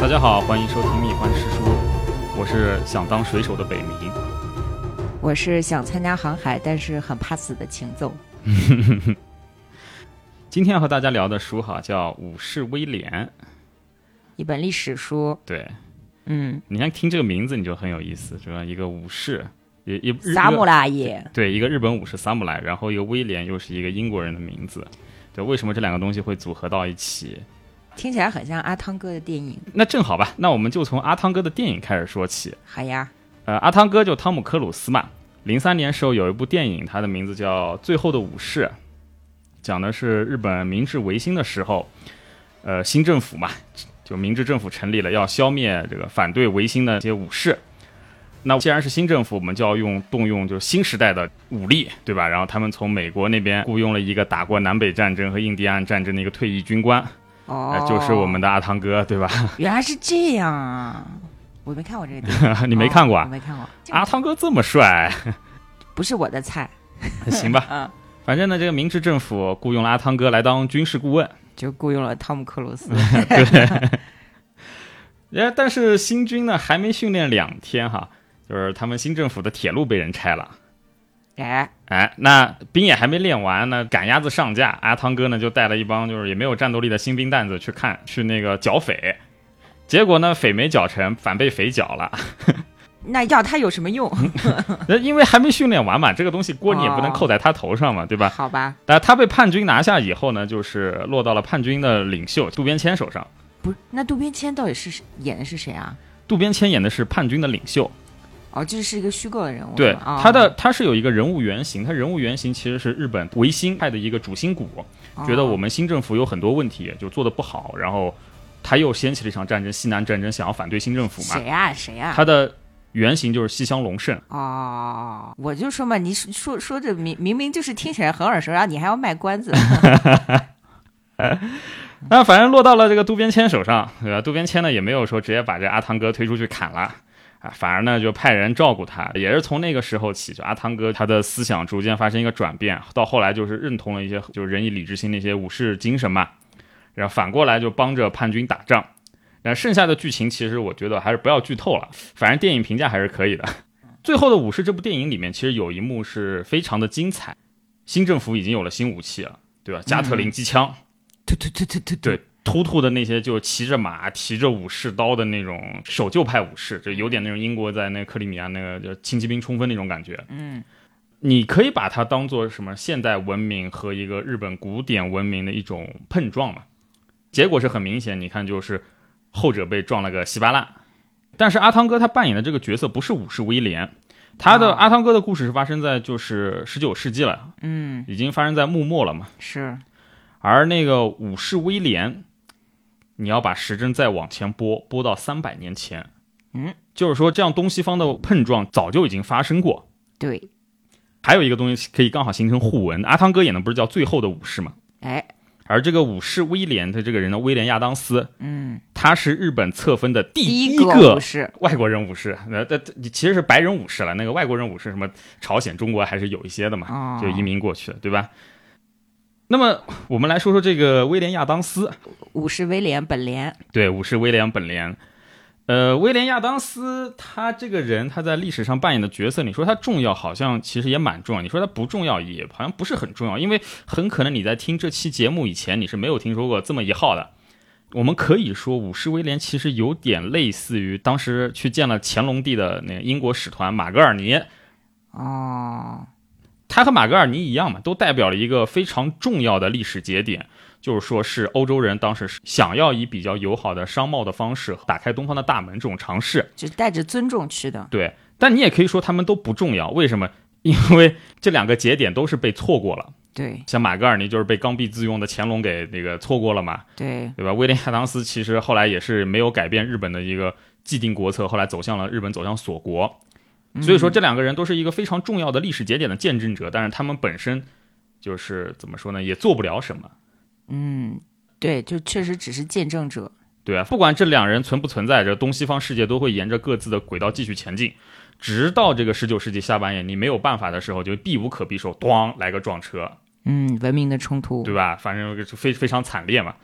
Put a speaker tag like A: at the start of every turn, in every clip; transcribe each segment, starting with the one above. A: 大家好，欢迎收听《蜜獾师叔》，我是想当水手的北明。
B: 我是想参加航海，但是很怕死的秦奏。
A: 今天要和大家聊的书哈叫《武士威廉》，
B: 一本历史书，
A: 对，
B: 嗯，
A: 你看听这个名字你就很有意思，是吧？一个武士，也也日
B: 萨姆
A: 一个
B: 拉耶，
A: 对，一个日本武士萨姆莱，然后一个威廉又是一个英国人的名字，对，为什么这两个东西会组合到一起？
B: 听起来很像阿汤哥的电影。
A: 那正好吧，那我们就从阿汤哥的电影开始说起。
B: 好呀，
A: 呃，阿汤哥就汤姆克鲁斯嘛。零三年时候有一部电影，它的名字叫《最后的武士》，讲的是日本明治维新的时候，呃，新政府嘛，就明治政府成立了，要消灭这个反对维新的一些武士。那既然是新政府，我们就要用动用就是新时代的武力，对吧？然后他们从美国那边雇佣了一个打过南北战争和印第安战争的一个退役军官，
B: 哦
A: 呃，，就是我们的阿汤哥，对吧？
B: 原来是这样啊！我没看过这个电影，
A: 你没看过
B: 哦我
A: 啊？
B: 没看过，
A: 阿汤哥这么帅，
B: 不是我的菜，
A: 行吧？
B: 嗯，
A: 反正呢，这个明治政府雇佣了阿汤哥来当军事顾问，
B: 就雇佣了汤姆克 鲁斯。
A: 呃，但是新军呢还没训练两天哈，就是他们新政府的铁路被人拆了，
B: 哎，
A: 哎，那兵也还没练完呢，赶鸭子上架，阿汤哥呢就带了一帮就是也没有战斗力的新兵蛋子去看去那个剿匪，结果呢匪没剿成，反被匪剿了，
B: 那要他有什么用？
A: 嗯那因为还没训练完嘛，这个东西锅你也不能扣在他头上嘛，对吧？
B: 好吧，
A: 但他被叛军拿下以后呢，就是落到了叛军的领袖渡边谦手上。
B: 不是，那渡边谦到底是演的是谁啊？
A: 渡边谦演的是叛军的领袖，
B: 哦，这是一个虚构的人物，
A: 对
B: 是吧哦、
A: 他的他是有一个人物原型，他人物原型其实是日本维新派的一个主心骨，
B: 哦
A: 觉得我们新政府有很多问题，就做的不好，然后他又掀起了一场战争，西南战争，想要反对新政府嘛。
B: 谁啊谁啊？
A: 他的原型就是西乡隆盛，
B: 哦，我就说嘛，你说说说这明明明就是听起来很耳熟，然后你还要卖 关子，
A: 那反正落到了这个渡边谦手上，对吧？渡边谦呢也没有说直接把这阿汤哥推出去砍了。啊，反而呢就派人照顾他，也是从那个时候起，就阿汤哥他的思想逐渐发生一个转变，到后来就是认同了一些就是仁义礼智信那些武士精神嘛，然后反过来就帮着叛军打仗。那剩下的剧情其实我觉得还是不要剧透了，反正电影评价还是可以的。 最后的武士这部电影里面，其实有一幕是非常的精彩，新政府已经有了新武器了，对吧？加特林机枪，
B: 突突突突突突，
A: 对，突突的那些就骑着马、提着武士刀的那种守旧派武士，就有点那种英国在那个克里米亚那个叫轻骑兵冲锋那种感觉。
B: 嗯，
A: 你可以把它当做什么现代文明和一个日本古典文明的一种碰撞嘛。结果是很明显，你看就是后者被撞了个稀巴烂。但是阿汤哥他扮演的这个角色不是武士威廉，他的
B: 哦
A: 阿汤哥的故事是发生在就是十九世纪了，
B: 嗯，
A: 已经发生在幕末了嘛。
B: 是
A: 而那个武士威廉，你要把时针再往前拨，拨到三百年前，
B: 嗯，
A: 就是说这样东西方的碰撞早就已经发生过。
B: 对，
A: 还有一个东西可以刚好形成互文，阿汤哥演的不是叫《最后的武士》吗？
B: 哎，
A: 而这个武士威廉的这个人呢，威廉亚当斯，
B: 嗯，
A: 他是日本册封的第
B: 第
A: 一
B: 个
A: 个
B: 不是，
A: 外国人武士，呃，呃其实是白人武士了。那个外国人武士，什么朝鲜、中国还是有一些的嘛，
B: 哦，
A: 就移民过去的，对吧？那么我们来说说这个威廉亚当斯，
B: 武士威廉本廉，
A: 对，武士威廉本廉。呃，威廉亚当斯他这个人，他在历史上扮演的角色，你说他重要，好像其实也蛮重要；你说他不重要，也好像不是很重要，因为很可能你在听这期节目以前，你是没有听说过这么一号的。我们可以说，武士威廉其实有点类似于当时去见了乾隆帝的那个英国使团马格尔尼，
B: 哦，
A: 他和马格尔尼一样嘛，都代表了一个非常重要的历史节点，就是说是欧洲人当时是想要以比较友好的商贸的方式打开东方的大门这种尝试。
B: 就带着尊重去的，
A: 对，但你也可以说他们都不重要，为什么？ 因为这两个节点都是被错过了，
B: 对
A: 像马格尔尼就是被刚愎自用的乾隆给那个错过了嘛，
B: 对，
A: 对吧？威廉亚当斯其实后来也是没有改变日本的一个既定国策，后来走向了日本走向锁国。所以说，这两个人都是一个非常重要的历史节点的见证者，但是他们本身就是怎么说呢，也做不了什么，
B: 嗯，对，就确实只是见证者，
A: 对吧、不管这两人存不存在，这东西方世界都会沿着各自的轨道继续前进，直到这个十九世纪下半叶，你没有办法的时候，就避无可避时候，咣来个撞车，
B: 嗯，文明的冲突，
A: 对吧？反正就非非常惨烈嘛。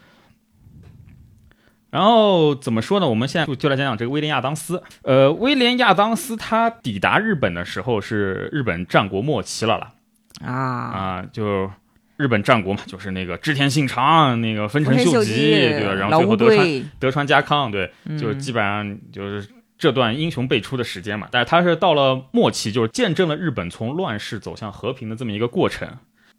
A: 然后怎么说呢？我们现在就就来讲讲这个威廉亚当斯。呃，威廉亚当斯他抵达日本的时候是日本战国末期了啦，
B: 啊，
A: 啊，就日本战国嘛，就是那个织田信长、那个丰臣
B: 丰臣秀
A: 吉，对吧？然后
B: 老
A: 最后
B: 乌
A: 德川
B: 龟，
A: 德川家康，对，就是
B: 嗯
A: 基本上就是这段英雄辈出的时间嘛。但是他是到了末期，就是见证了日本从乱世走向和平的这么一个过程。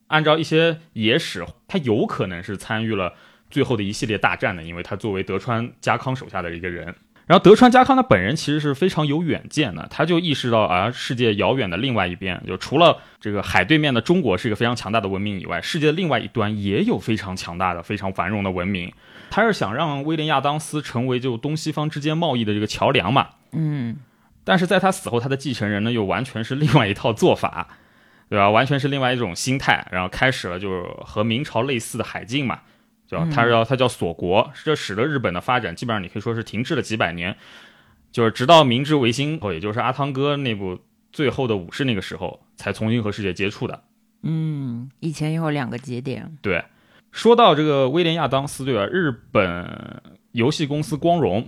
A: 按照一些野史，他有可能是参与了最后的一系列大战的，因为他作为德川家康手下的一个人。然后德川家康他本人其实是非常有远见的，他就意识到啊，世界遥远的另外一边，就除了这个海对面的中国是一个非常强大的文明以外，世界的另外一端也有非常强大的、非常繁荣的文明。他是想让威廉亚当斯成为就东西方之间贸易的这个桥梁嘛。
B: 嗯，
A: 但是在他死后，他的继承人呢又完全是另外一套做法，对吧？完全是另外一种心态，然后开始了就是和明朝类似的海禁嘛，对吧？他叫他叫锁国，这使得日本的发展基本上你可以说是停滞了几百年，就是直到明治维新后，也就是阿汤哥那部最后的武士那个时候，才重新和世界接触的。
B: 嗯，一前一后两个节点，
A: 对，说到这个威廉亚当斯，对吧？日本游戏公司光荣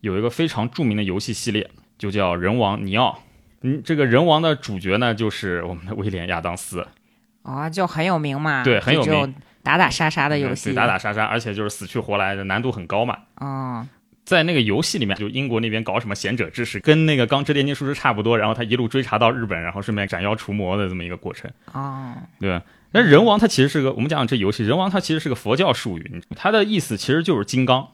A: 有一个非常著名的游戏系列，就叫《人王尼奥》。嗯，这个人王的主角呢，就是我们的威廉亚当斯，
B: 哦，就很有名嘛，
A: 对很有
B: 就这种打打杀杀
A: 他
B: 的游戏，
A: 打打杀杀，而且就是死去活来的，难度很高嘛。
B: 哦，
A: 在那个游戏里面，就英国那边搞什么贤者之石，跟那个《钢之炼金术师》差不多，然后他一路追查到日本，然后顺便斩妖除魔的这么一个过程。
B: 哦，
A: 对吧？但人王它其实是个，我们讲讲这游戏，人王它其实是个佛教术语，它的意思其实就是金刚。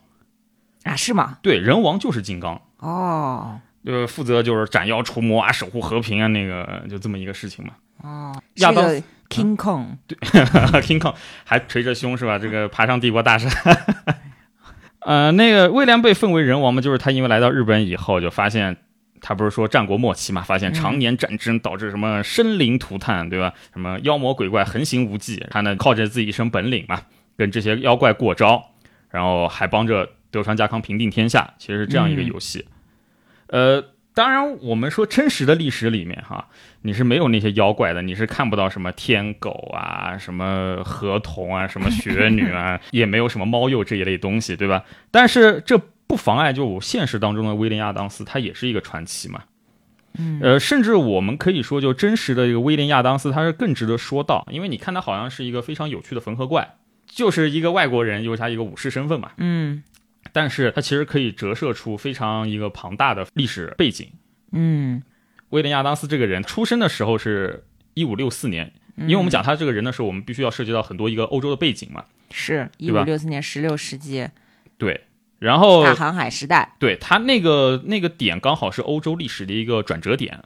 B: 啊，是吗？
A: 对，人王就是金刚，
B: 哦，
A: 呃，负责就是斩妖除魔啊，守护和平啊，那个就这么一个事情嘛。
B: 哦，
A: 亚
B: 是
A: 当
B: 个 King Kong，
A: King Kong 还捶着胸是吧？这个爬上帝国大厦。 呃，那个威廉被奉为人王嘛，就是他因为来到日本以后，就发现他不是说战国末期嘛，发现常年战争导致什么生灵涂炭，对吧？什么妖魔鬼怪横行无忌，他呢靠着自己一身本领嘛，跟这些妖怪过招，然后还帮着德川家康平定天下，其实是这样一个游戏。呃，当然我们说真实的历史里面哈，你是没有那些妖怪的，你是看不到什么天狗啊、什么河童啊、什么雪女啊，也没有什么猫鼬这一类东西，对吧？但是这不妨碍就我现实当中的威廉亚当斯，他也是一个传奇嘛。
B: 嗯，
A: 呃，甚至我们可以说，就真实的这个威廉亚当斯，他是更值得说到，因为你看他好像是一个非常有趣的缝合怪，就是一个外国人，有他一个武士身份嘛，
B: 嗯
A: 但是它其实可以折射出非常一个庞大的历史背景。
B: 嗯，
A: 威廉亚当斯这个人出生的时候是一五六四年，
B: 嗯
A: 因为我们讲他这个人的时候，我们必须要涉及到很多一个欧洲的背景嘛。
B: 是一
A: 对
B: 五
A: 吧哦
B: 六四年十六世纪
A: 对，然后
B: 大航海时代，
A: 对他那个那个点刚好是欧洲历史的一个转折点。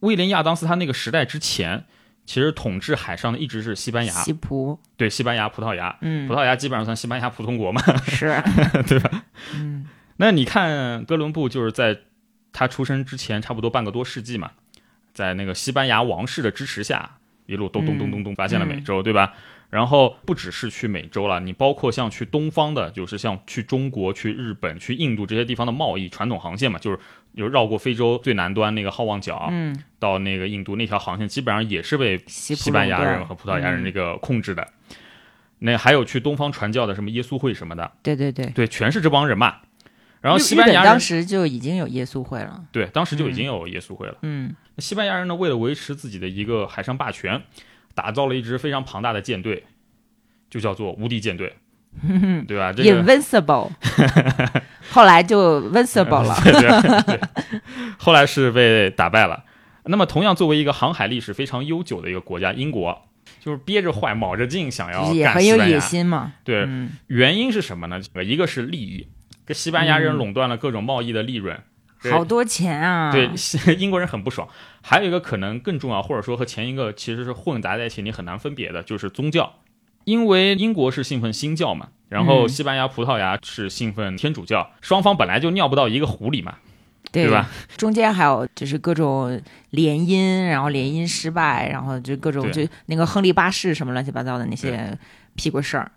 A: 威廉亚当斯他那个时代之前，其实统治海上的一直是西班牙，
B: 西葡，
A: 对西班牙、葡萄牙，
B: 嗯
A: 葡，萄牙基本上算西班牙普通国嘛。
B: 是，
A: 对
B: 吧？嗯
A: 那你看哥伦布就是在他出生之前差不多半个多世纪嘛，在那个西班牙王室的支持下，一路
B: 嗯
A: 咚咚咚咚咚发现了美洲，对吧？然后不只是去美洲了，你包括像去东方的，就是像去中国、去日本、去印度这些地方的贸易传统航线嘛，就是有绕过非洲最南端那个 好望角、
B: 嗯，
A: 到那个印度那条航线，基本上也是被
B: 西
A: 西
B: 西
A: 班牙人和葡萄牙
B: 嗯
A: 人这个控制的。那还有去东方传教的，什么耶稣会什么的，
B: 对对对。
A: 对，全是这帮人嘛。然后
B: 日
A: 西班
B: 日
A: 牙
B: 本
A: 人
B: 当时就已经有耶稣会了，
A: 对，当时就已经有耶稣会了。
B: 嗯
A: 西班牙人呢，为了维持自己的一个海上霸权，打造了一支非常庞大的舰队，就叫做无敌舰 队，对吧？啊这个
B: ，invincible，后来就 vincible 了，
A: 对 对对，后来是被打败了。那么，同样作为一个航海历史非常悠久的一个国家，英国就是憋着坏、卯着劲想要
B: 就是也
A: 哦干
B: 很
A: 西
B: 有
A: 班
B: 野
A: 牙。
B: 心嘛，
A: 对，
B: 嗯
A: 原因是什么呢？一个是利益，这西班牙
B: 嗯
A: 人垄断了各种贸易的利润，对
B: 好多钱啊，
A: 对，西 英国人很不爽。还有一个可能更重要，或者说和前一个其实是混杂在一起，你很难分别的，就是宗教。因为英国是信奉新教嘛，然后
B: 嗯
A: 西班牙、葡萄牙是信奉天主教，双方本来就尿不到一个壶里嘛，
B: 对
A: 吧？？
B: 中间还有就是各种联姻，然后联姻失败，然后就各种
A: 对
B: 就那个亨利八世什么乱七八糟的那些屁股事儿，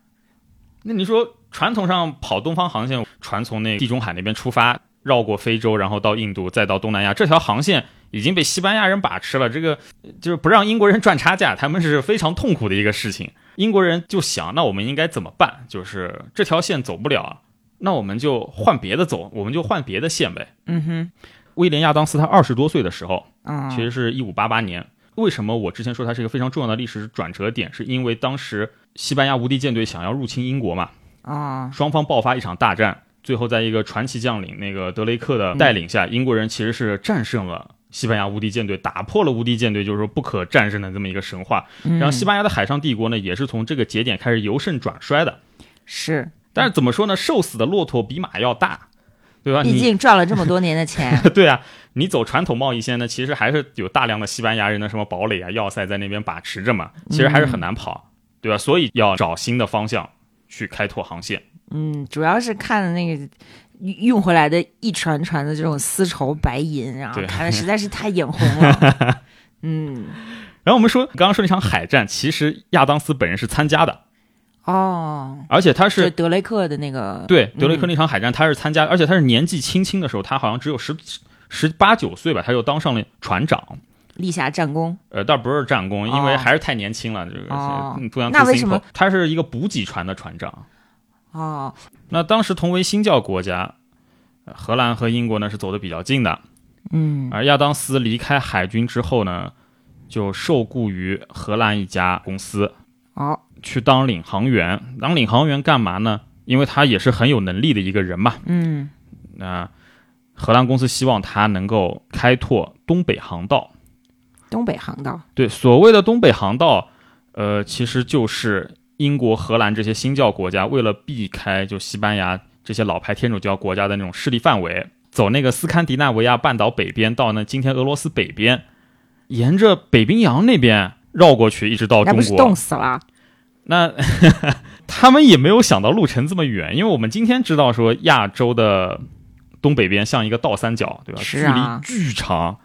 A: 那你说传统上跑东方航线，船从那地中海那边出发，绕过非洲，然后到印度，再到东南亚，这条航线已经被西班牙人把持了。这个呃就是不让英国人赚差价，他们是非常痛苦的一个事情。英国人就想，那我们应该怎么办？就是这条线走不了，那我们就换别的走，我们就换别的县呗。
B: 嗯哼，
A: 威廉亚当斯他二十多岁的时候，
B: 嗯，
A: 其实是一五八八年。为什么我之前说它是一个非常重要的历史转折点？是因为当时西班牙无敌舰队想要入侵英国嘛，
B: 啊，
A: 双方爆发一场大战，最后在一个传奇将领那个德雷克的带领下，英国人其实是战胜了西班牙无敌舰队，打破了无敌舰队就是说不可战胜的这么一个神话。
B: 嗯
A: 然后西班牙的海上帝国呢，也是从这个节点开始由盛转衰的。
B: 是，
A: 但是怎么说呢？瘦死的骆驼比马要大，对吧？
B: 毕
A: 你
B: 竟赚了这么多年的钱，
A: 对啊，你走传统贸易线呢，其实还是有大量的西班牙人的什么堡垒啊、要塞在那边把持着嘛，其实还是很难跑，对吧？所以要找新的方向去开拓航线。
B: 嗯，主要是看那个。运回来的一船船的这种丝绸白银，然后
A: 对
B: 看的实在是太眼红了。 嗯，
A: 然后我们说，刚刚说那场海战，其实亚当斯本人是参加的，
B: 哦，
A: 而且他
B: 就是德雷克的那个，
A: 对德雷克
B: 嗯
A: 那场海战，他是参加，而且他是年纪轻轻的时候，他好像只有十十八九岁吧，他就当上了船长。
B: 嗯立下战功，
A: 呃，倒不是战功，因为
B: 哦
A: 还是太年轻了，这个
B: 哦
A: 嗯不像
B: 那为
A: Kusinko
B: 什么
A: 他是一个补给船的船长？
B: 哦，
A: 那当时同为新教国家，呃荷兰和英国呢是走得比较近的，
B: 嗯，
A: 而亚当斯离开海军之后呢，就受雇于荷兰一家公司
B: 哦，
A: 去当领航员。当领航员干嘛呢？因为他也是很有能力的一个人嘛。
B: 嗯，
A: 那、荷兰公司希望他能够开拓东北航道。
B: 东北航道，
A: 对，所谓的东北航道，呃，其实就是英国、荷兰这些新教国家为了避开就西班牙这些老牌天主教国家的那种势力范围，走那个斯堪的纳维亚半岛北边到那今天俄罗斯北边，沿着北冰洋那边绕过去，一直到
B: 那
A: 哦中
B: 不是
A: 国
B: 冻。死了？
A: 那 他们也没有想到路程这么远，因为我们今天知道说亚洲的东北边像一个倒三角，对吧？
B: 是啊
A: 距离巨长。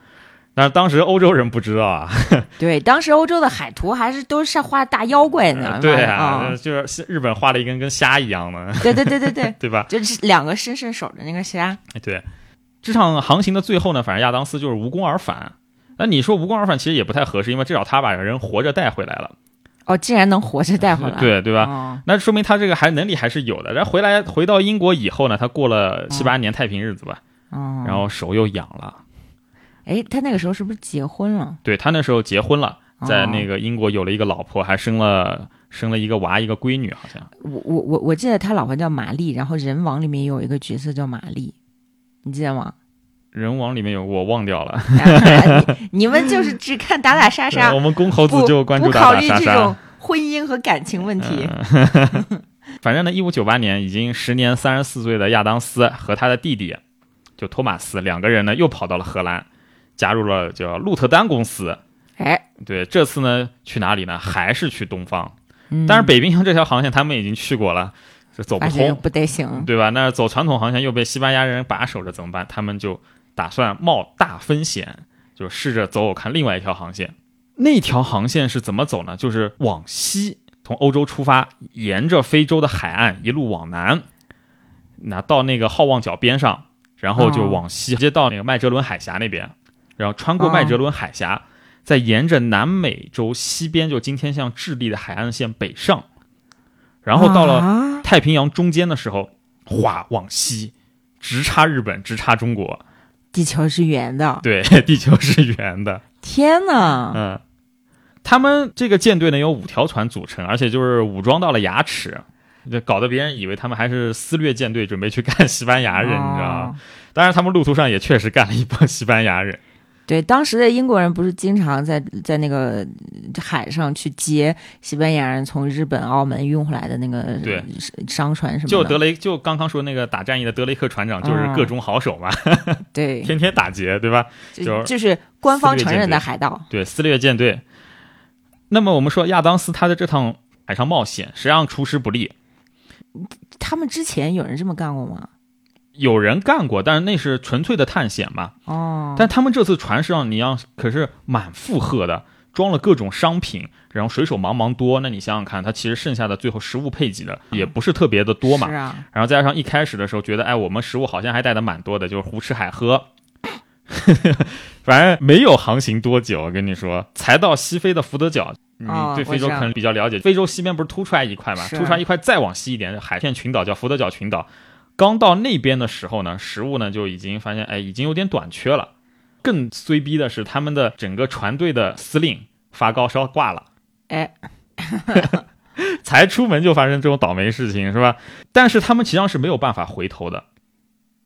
A: 但是当时欧洲人不知道啊，
B: 对，当时欧洲的海图还是都是画大妖怪呢。
A: 呃 对
B: 啊
A: 啊，，就是日本画了一根跟虾一样的，
B: 对对对对对，
A: 对吧？
B: 就是两个伸伸手的那个虾，
A: 对。这场航行的最后呢，反正亚当斯就是无功而返。那你说无功而返，其实也不太合适，因为至少他把人活着带回来了，
B: 哦，竟然能活着带回来，
A: 对啊对吧？
B: 哦，
A: 那说明他这个还能力还是有的。然后回来回到英国以后呢，他过了七八年太平日子吧，
B: 哦，
A: 然后手又痒了。
B: 哎，他那个时候是不是结婚了？
A: 对他那时候结婚了，在那
B: 哦
A: 个英国有了一个老婆，还生了生了一个娃，一个闺女，好像。
B: 我我我我记得他老婆叫玛丽，然后《人王》里面有一个角色叫玛丽，你记得吗？
A: 人王里面有我忘掉了，
B: 你你们就是只看打打杀杀
A: 我，们公猴子
B: 不
A: 就关注
B: 不
A: 打
B: 考
A: 打
B: 虑
A: 杀嗯
B: 这
A: 杀。
B: 种婚姻和感情问题。
A: 反正呢，一五九八年，已经时年三十四岁的亚当斯和他的弟弟，就托马斯，两个人呢又跑到了荷兰，加入了叫鹿特丹公司。
B: 哎，
A: 对，这次呢去哪里呢？还是去东方。
B: 嗯
A: 但是北冰洋这条航线他们已经去过了，这走不
B: 发现
A: 通，
B: 不得行，
A: 对吧？那走传统航线又被西班牙人把守着，怎么办？他们就打算冒大风险，就试着走走看另外一条航线。那条航线是怎么走呢？就是往西，从欧洲出发，沿着非洲的海岸一路往南，那到那个好望角边上，然后就
B: 哦
A: 往西，直接到那个麦哲伦海峡那边，然后穿过麦哲伦海峡，再沿着南美洲西边，就今天像智利的海岸线北上，然后到了
B: 啊
A: 太平洋中间的时候，哗往西，直插日本，直插中国。
B: 地球是圆的，
A: 对，地球是圆的。
B: 天哦哪！
A: 嗯，他们这个舰队呢由五条船组成，而且就是武装到了牙齿，就搞得别人以为他们还是私掠舰队，准备去干西班牙人，你知道
B: 哦
A: 吗？当然，他们路途上也确实干了一波西班牙 人。
B: 对，当时的英国人不是经常在在那个海上去接西班牙人从日本、澳门运回来的那个
A: 对
B: 商船什么的，嗯
A: 就德雷，就刚刚说那个打战役的德雷克船长，就是各种好手 嘛，
B: 对，
A: 天天打劫，对吧？
B: 就
A: 就是
B: 就是官方承认的海盗，
A: 对，撕裂舰队。那么我们说亚当斯他的这趟海上冒险，实际上出师不利。
B: 他们之前有人这么干过吗？
A: 有人干过，但是那是纯粹的探险嘛。
B: 哦，
A: 但他们这次船是让你要可是满负荷的，装了各种商品，然后水手茫茫多。那你想想看，它其实剩下的最后食物配给的也不是特别的多嘛
B: 是。啊，
A: 然后再加上一开始的时候觉得，哎，我们食物好像还带的蛮多的，就是胡吃海喝。 反正没有航行多久，我跟你说，才到西非的福德角。你
B: 哦
A: 对非洲
B: 我知道
A: 可能比较了解，非洲西边不是凸出来一块嘛？
B: 是
A: 凸出来一块再往西一点，海片群岛叫福德角群岛，刚到那边的时候呢，食物呢就已经发现，哎，已经有点短缺了。更衰逼的是，他们的整个船队的司令发高烧挂了，
B: 哎，
A: 才出门就发生这种倒霉事情，是吧？但是他们实际上是没有办法回头的。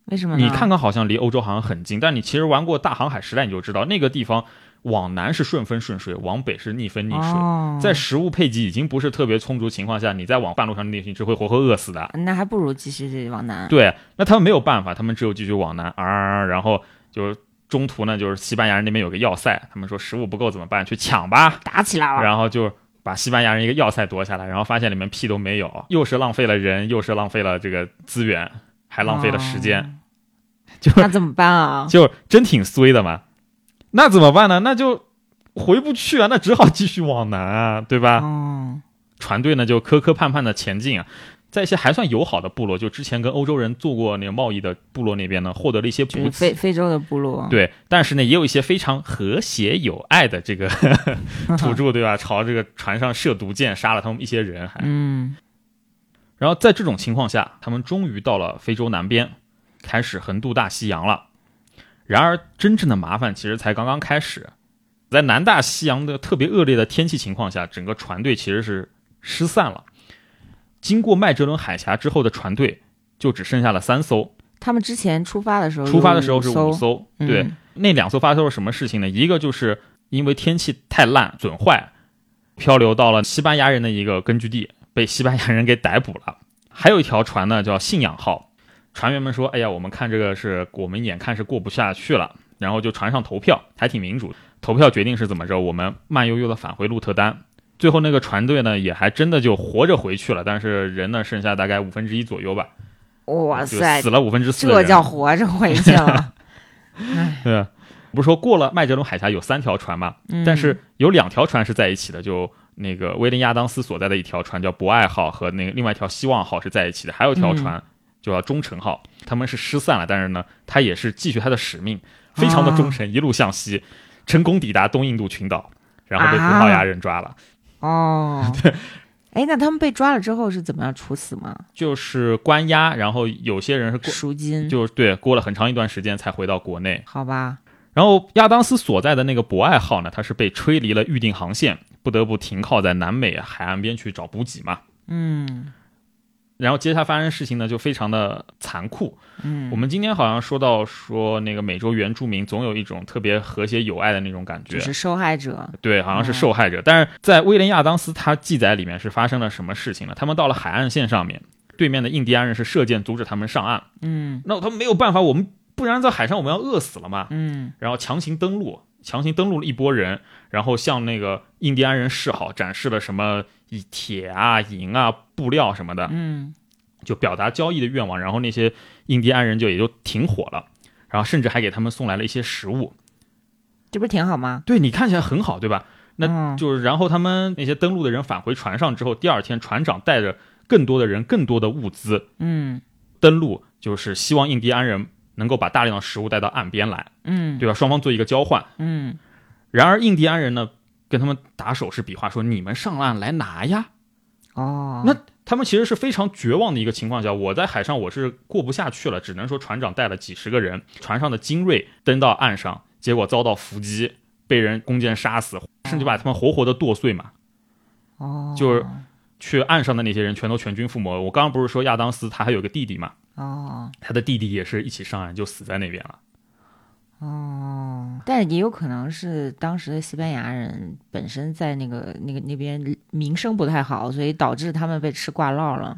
B: 为什么呢？
A: 你看看，好像离欧洲好像很近，但你其实玩过大航海时代，你就知道那个地方往南是顺风顺水，往北是逆风逆水。
B: 哦、
A: 在食物配给已经不是特别充足情况下，你再往半路上那你是会活活饿死的。
B: 那还不如继续往南。
A: 对，那他们没有办法，他们只有继续往南啊，然后就是中途呢，就是西班牙人那边有个要塞，他们说食物不够怎么办？去抢吧，
B: 打起来了，
A: 然后就把西班牙人一个要塞夺下来，然后发现里面屁都没有，又是浪费了人，又是浪费了这个资源，还浪费了时间，
B: 哦
A: 就
B: 那怎么办啊？
A: 就真挺衰的嘛。那怎么办呢？那就回不去啊，那只好继续往南啊，对吧？
B: 哦，
A: 船队呢就磕磕绊绊的前进啊，在一些还算友好的部落，就之前跟欧洲人做过那个贸易的部落那边呢，获得了一些
B: 就
A: 补
B: 是非
A: 给。
B: 非洲的部落，
A: 对，但是呢，也有一些非常和谐友爱的这个 土 著，对吧？朝这个船上射毒箭，杀了他们一些人，还。
B: 嗯，
A: 然后在这种情况下，他们终于到了非洲南边，开始横渡大西洋了。然而，真正的麻烦其实才刚刚开始。在南大西洋的特别恶劣的天气情况下，整个船队其实是失散了。经过麦哲伦海峡之后的船队就只剩下了三艘，
B: 他们之前出发的时候有五艘，
A: 出发的时候是五艘。
B: 嗯
A: 对，那两艘发生了什么事情呢？一个就是因为天气太烂，损坏，漂流到了西班牙人的一个根据地，被西班牙人给逮捕了。还有一条船呢，叫信仰号，船员们说：“哎呀，我们看这个是我们眼看是过不下去了。”然后就船上投票，还挺民主，投票决定是怎么着，我们慢悠悠的返回鹿特丹。最后那个船队呢，也还真的就活着回去了，但是人呢剩下大概五分之一左右吧，
B: 嗯哇
A: 就
B: 塞
A: 死，了五分之四的
B: 这
A: 人。
B: 叫活着回去 了。
A: 对，不是说过了麦哲伦海峡有三条船嘛，
B: 嗯
A: 但是有两条船是在一起的，就那个威廉亚当斯所在的一条船叫博爱号和那个另外一条希望号是在一起的，还有一条船就叫忠诚号，他们是失散了，但是呢，他也是继续他的使命，非常的忠诚，一路向西，成功抵达东印度群岛，然后被葡萄牙人抓了。
B: 哦，对，哎，那他们被抓了之后是怎么样处死吗？
A: 就是关押，然后有些人是过，
B: 赎金，
A: 就对，过了很长一段时间才回到国内。
B: 好吧？
A: 然后亚当斯所在的那个博爱号呢，它是被吹离了预定航线，不得不停靠在南美海岸边去找补给嘛。
B: 嗯
A: 然后接下来发生的事情呢，就非常的残酷。
B: 嗯，
A: 我们今天好像说到说那个美洲原住民总有一种特别和谐友爱的那种感觉
B: 就，是嗯受害者，
A: 对，好像是受害者。但是在威廉亚当斯他记载里面是发生了什么事情呢？他们到了海岸线上面，对面的印第安人是射箭阻止他们上岸，
B: 嗯
A: 那他们没有办法，我们不然在海上我们要饿死了嘛。
B: 嗯
A: 然后强行登陆，强行登陆了一波人，然后向那个印第安人示好，展示了什么以铁啊、银啊、布料什么的，
B: 嗯，
A: 就表达交易的愿望。然后那些印第安人就也就停火了，然后甚至还给他们送来了一些食物。
B: 这不是挺好吗？
A: 对你看起来很好，对吧？那
B: 嗯
A: 就是然后他们那些登陆的人返回船上之后，第二天船长带着更多的人、更多的物资
B: 嗯
A: 登陆，就是希望印第安人能够把大量的食物带到岸边来，
B: 嗯
A: 对吧？双方做一个交换。
B: 嗯，
A: 然而印第安人呢，跟他们打手势比划说：“你们上岸来拿呀
B: 哦，！”
A: 他们其实是非常绝望的一个情况下，我在海上我是过不下去了，只能说船长带了几十个人，船上的精锐登到岸上，结果遭到伏击，被人弓箭杀死，甚至把他们活活的剁碎嘛。
B: 哦，
A: 就是去岸上的那些人全都全军覆没。我刚刚不是说亚当斯他还有个弟弟嘛，
B: 哦
A: 他的弟弟也是一起上岸就死在那边了。
B: 哦，但是也有可能是当时的西班牙人本身在那个那个那边名声不太好，所以导致他们被吃挂烙了。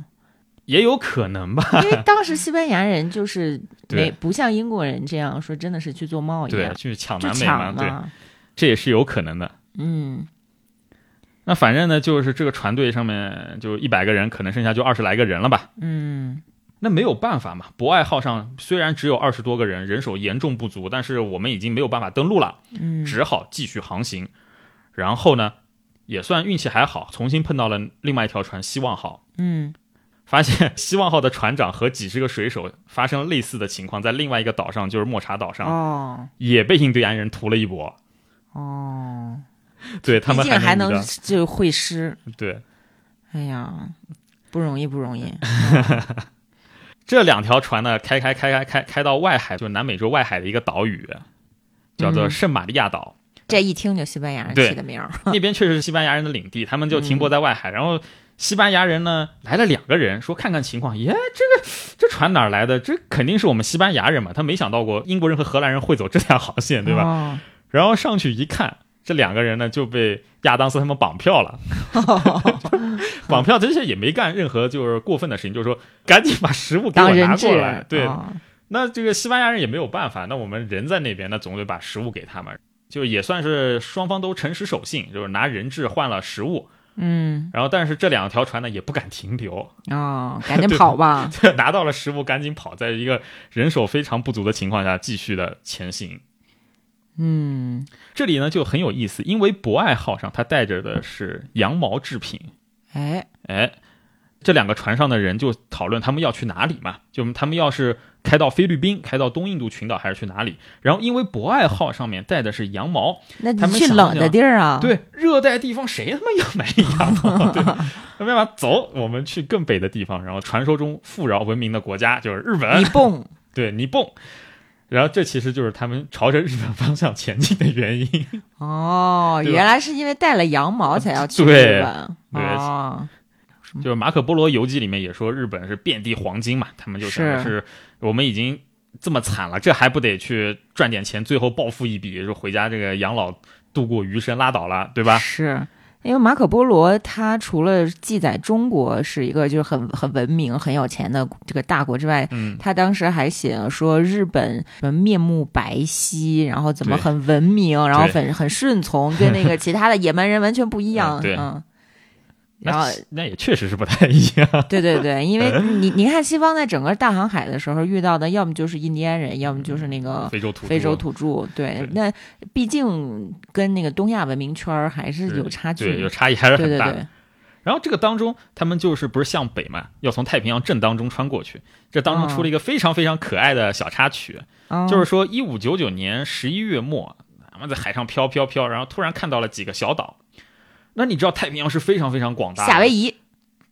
A: 也有可能吧，
B: 因为当时西班牙人就是没
A: 对
B: 不像英国人这样说，真的是去做贸易
A: 对，
B: 啊，
A: 去抢啊
B: 就
A: 南美
B: 抢
A: 对，这也是有可能的。
B: 嗯
A: 那反正呢，就是这个船队上面就一百个人，可能剩下就二十来个人了吧。
B: 嗯
A: 那没有办法嘛，博爱号上虽然只有二十多个人，人手严重不足，但是我们已经没有办法登陆了，
B: 嗯，
A: 只好继续航行。然后呢，也算运气还好，重新碰到了另外一条船希望号，
B: 嗯
A: 发现 希望号的船长和几十个水手发生了类似的情况，在另外一个岛上，就是莫查岛上，
B: 哦
A: 也被印第安人屠了一波。
B: 哦，
A: 对他
B: 毕
A: 们
B: 竟还
A: 能遇
B: 能
A: 到
B: 就会师，
A: 对，
B: 哎呀，不容易不容易。
A: 这两条船呢，开开开开开开到外海，就是南美洲外海的一个岛屿，叫做
B: 嗯
A: 圣玛利亚岛。
B: 这一听就西班牙人
A: 对
B: 起的名儿，
A: 那边确实是西班牙人的领地，他们就停泊在外海。然后西班牙人呢来了两个人，说看看情况。耶，这个这船哪儿来的？这肯定是我们西班牙人嘛。他没想到过英国人和荷兰人会走这条航线，对吧？
B: 吧？
A: 然后上去一看，这两个人呢就被亚当斯他们绑票了。 绑票这些也没干任何就是过分的事情，就是说赶紧把食物给我
B: 当人
A: 拿
B: 质
A: 过来。，对，
B: 哦
A: 那这个西班牙人也没有办法，那我们人在那边，那总得把食物给他们，就也算是双方都诚实守信，就是拿人质换了食物。
B: 嗯，
A: 然后，但是这两条船呢也不敢停留，
B: 哦，赶紧跑吧，
A: 拿到了食物赶紧跑，在一个人手非常不足的情况下继续的前行。
B: 嗯，
A: 这里呢就很有意思，因为博爱号上它带着的是羊毛制品，
B: 哎，
A: 哎，这两个船上的人就讨论他们要去哪里嘛，就他们要是开到菲律宾、开到东印度群岛还是去哪里。然后因为博爱号上面带的是羊毛，
B: 那你
A: 他们
B: 去
A: 想
B: 冷的
A: 想
B: 地儿啊？，
A: 对，热带地方谁他妈要买羊毛？ 对吧？那没办法，走，我们去更北的地方，然后传说中富饶文明的国家就是日
B: 你
A: 本，
B: 蹦，
A: 对，尼蹦。然后这其实就是他们朝着日本方向前进的原因。
B: 哦，
A: 对吧啊
B: 原来是因为带了羊毛才要去
A: 对
B: 日本。
A: 对
B: 哦，
A: 就是马可·波罗游记里面也说，日本是遍地黄金嘛，他们就想的
B: 是
A: 是我们已经这么惨了，这还不得去赚点钱，最后暴富一笔，就回家这个养老度过余生，拉倒了，对吧？
B: 是。因为马可·波罗他除了记载中国是一个就是很很文明、很有钱的这个大国之外，
A: 嗯，
B: 他当时还写了说日本什么面目白皙，然后怎么
A: 对
B: 很文明，然后很很顺从，跟那个其他的野蛮人完全不一 样。
A: 嗯对
B: 嗯，然后
A: 那那也确实是不太一样。
B: 对对对，因为你你看西方在整个大航海的时候遇到的，要么就是印第安人，要么就是那个
A: 非洲嗯土著
B: 嗯非洲土著，对
A: 对，
B: 那毕竟跟那个东亚文明圈儿还是有差距
A: 对，有
B: 的，
A: 差异还是
B: 对
A: 很
B: 对
A: 大的。
B: 对，
A: 然后这个当中，他们就是不是向北嘛，要从太平洋正当中穿过去。这当中出
B: 嗯
A: 了一个非常非常可爱的小插曲，
B: 哦
A: 就是说一五九九年十一月末，他们在海上飘飘飘，然后突然看到了几个小岛。那你知道太平洋是非常非常广大的，
B: 夏威夷，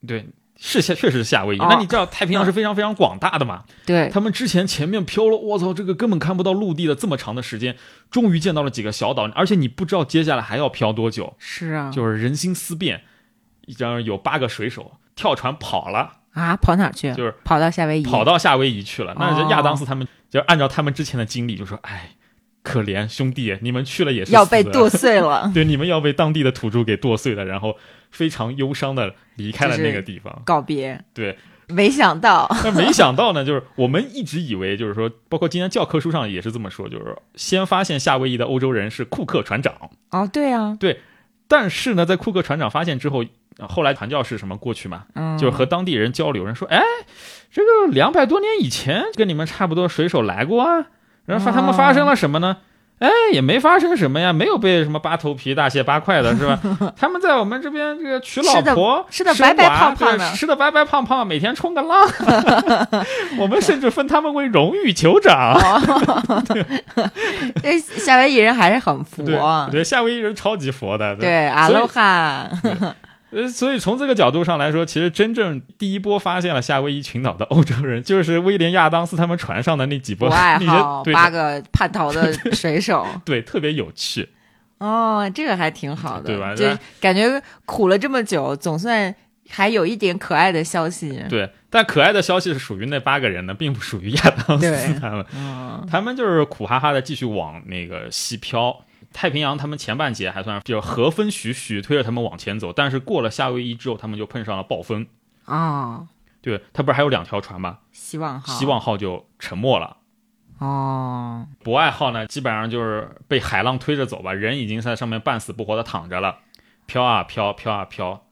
A: 对。是夏，确实是夏威夷。
B: 哦
A: 那你知道太平洋是非常非常广大的嘛？
B: 对，
A: 他们之前前面飘了，我操，这个根本看不到陆地的这么长的时间，终于见到了几个小岛，而且你不知道接下来还要飘多久，
B: 是啊，
A: 就是人心思变。然后有八个水手跳船跑了，
B: 啊，跑哪儿去？
A: 就是
B: 跑到夏威夷，
A: 跑到夏威夷去了。那
B: 哦
A: 亚当斯他们就按照他们之前的经历，就说：“哎，可怜兄弟，你们去了也是
B: 要被
A: 死的，
B: 剁碎了
A: 对，你们要被当地的土著给剁碎了，然后非常忧伤的离开了
B: 就是
A: 那个地方。
B: 告别。
A: 对，
B: 没想到，
A: 但没想到呢，就是我们一直以为，就是说，包括今天教科书上也是这么说，就是先发现夏威夷的欧洲人是库克船长，
B: 哦，对啊，
A: 但是呢，在库克船长发现之后。呃后来传教士什么过去嘛，
B: 嗯，
A: 就是和当地人交流，人说，哎，这个两百多年以前跟你们差不多水手来过啊，然后发他们发生了什么呢？哎，也没发生什么呀，没有被什么扒头皮、大卸八块的，是吧？ 他们在我们这边这个娶老婆，
B: 吃得吃
A: 生
B: 得
A: 娃
B: 白白胖胖的
A: 对吃的白白胖胖，每天冲个浪。 我们甚至封他们为荣誉酋长。
B: 哦这夏威夷人还是很佛，
A: 对对，夏威夷人超级佛的。
B: 对，阿
A: 所以
B: 罗哈，
A: 呃，所以从这个角度上来说，其实真正第一波发现了夏威夷群岛的欧洲人，就是威廉亚当斯他们船上的那几波
B: 不爱
A: 那些
B: 好
A: 对
B: 哦八个叛逃的 水手，
A: 对，特别有趣。
B: 哦，这个还挺好的，
A: 对吧
B: 就
A: 然
B: 感觉苦了这么久，总算还有一点可爱的消息。
A: 对，但可爱的消息是属于那八个人的，并不属于亚当斯
B: 对
A: 他们，
B: 嗯，
A: 他们就是苦哈哈的继续往那个西飘。太平洋他们前半截还算就和风徐徐，推着他们往前走，但是过了夏威夷之后，他们就碰上了暴风。
B: 哦，
A: 对，他不是还有两条船吗？
B: 希望哈，
A: 希望号就沉没了。
B: 哦，
A: 博爱号呢，基本上就是被海浪推着走吧，人已经在上面半死不活的躺着了，飘啊飘，飘啊飘，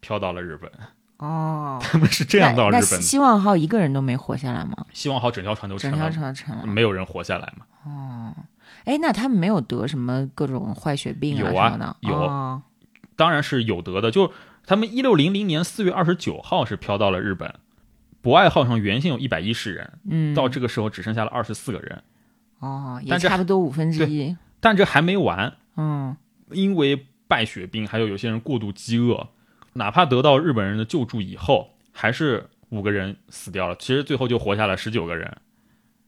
A: 飘到了日 本。
B: 哦，
A: 他们 是这样到日
B: 那那
A: 本的。
B: 希望号一个人都没活下来吗？
A: 希望号整条船都沉
B: 整
A: 了
B: 条，船沉了。
A: 没有人活下来嘛。
B: 哎，那他们没有得什么各种坏血病
A: 有啊
B: 什么的？
A: 有
B: 哦
A: 当然是有得的，就他们一六零零年四月二十九号是飘到了日本。博爱号上原先有一百一十人，
B: 嗯，
A: 到这个时候只剩下了二十四个人，
B: 哦，也
A: 但是
B: 差不多五分之一。
A: 但这还没完，
B: 嗯，
A: 因为败血病还有有些人过度饥饿，哪怕得到日本人的救助以后，还是五个人死掉了，其实最后就活下来十九个人。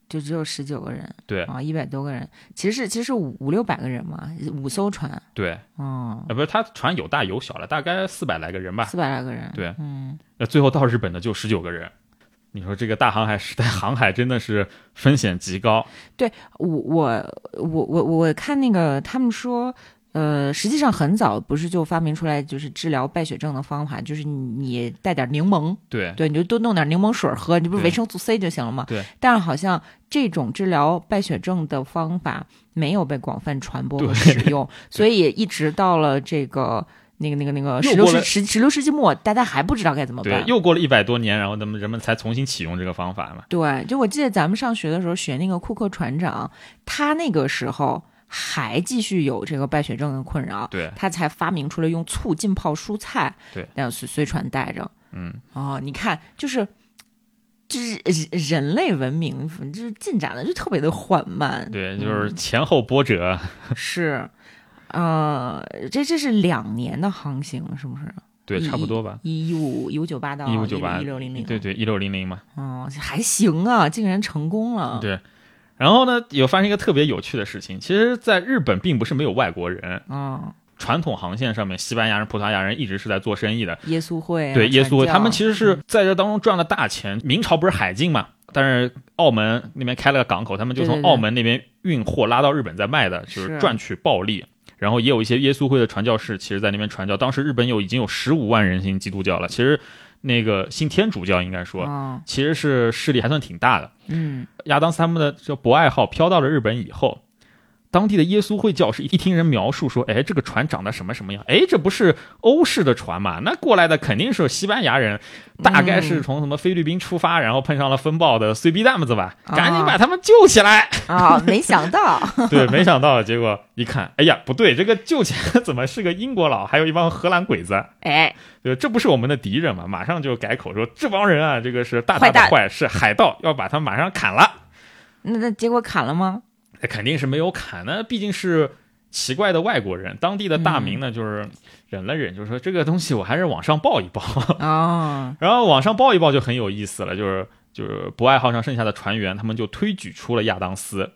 B: 就只有十九个人
A: 对
B: 啊，一百多个人，其实其实五五六百个人嘛，五艘船，
A: 对，
B: 哦，
A: 呃，不是，他船有大有小了，大概四百来个人吧。
B: 四百来个人，
A: 对
B: 嗯，
A: 那最后到日本的就十九个人。你说这个大航海时代，航海真的是风险极高。
B: 我我我我我看那个他们说。呃，实际上很早不是就发明出来就是治疗败血症的方法，就是你你带点柠檬，
A: 对，
B: 对，你就多弄点柠檬水儿喝，你不是
A: 对
B: 维生素 C 就行了吗？
A: 对。
B: 但是好像这种治疗败血症的方法没有被广泛传播和使用，所以一直到了这个那个那个那个
A: 又
B: 十六
A: 过
B: 世
A: 了
B: 十十六世纪末，大家还不知道该怎么
A: 对
B: 办，。
A: 又过了一百多年，然后咱们人们才重新启用这个方法嘛。
B: 对，就我记得咱们上学的时候学那个库克船长，他那个时候还继续有这个败血症的困扰，
A: 对，
B: 他才发明出了用醋浸泡蔬菜，
A: 对，
B: 那样随随船带着。
A: 嗯，
B: 哦，你看，就是就是人人类文明就是进展的就特别的缓慢，
A: 对，就是前后波折。
B: 是，呃，这这是两年的航行，是不是？
A: 对，
B: 一
A: 差不多吧。
B: 一五一五九八到
A: 1598
B: 一六零零，
A: 对，对，一六零零嘛。
B: 哦，还行啊，竟然成功了，
A: 对。然后呢，有发生一个特别有趣的事情。其实，在日本并不是没有外国人，
B: 嗯，
A: 传统航线上面，西班牙人、葡萄牙人一直是在做生意的。
B: 耶稣会、啊，
A: 对，耶稣
B: 传教嗯
A: 他们其实是在这当中赚了大钱。明朝不是海禁嘛，但是澳门那边开了个港口，他们就
B: 对对
A: 从
B: 对
A: 澳门那边运货拉到日本再卖的，就是是赚取暴利。然后也有一些耶稣会的传教士，其实在那边传教。当时日本有已经有十五万人信基督教了，其实那个信天主教应该说，
B: 嗯
A: 其实是势力还算挺大的。
B: 嗯，
A: 亚当斯他们的这博爱号飘到了日本以后，当地的耶稣会教士一听人描述说，哎，这个船长得什么什么样？哎，这不是欧式的船嘛？那过来的肯定是西班牙人，大概是从什么菲律宾出发，然后碰上了风暴的碎逼蛋子吧，
B: 啊
A: 赶紧把他们救起来。
B: 啊、没想到，
A: 对，没想到结果一看，哎呀，不哎对，这个救起来怎么是个英国佬，还有一帮荷兰鬼子？
B: 哎，
A: 对，这不是我们的敌人嘛？马上就改口说，这帮人啊，这个是大大
B: 坏蛋
A: 的坏，是海盗，要把他们马上砍了。
B: 那那结果砍了吗？
A: 那肯定是没有砍那毕竟是奇怪的外国人。当地的
B: 嗯
A: 大明呢，就是忍了忍，就是说这个东西我还是往上报一报，
B: 哦，
A: 然后往上报一报就很有意思了，就是。就是博爱号上剩下的船员，他们就推举出了亚当斯，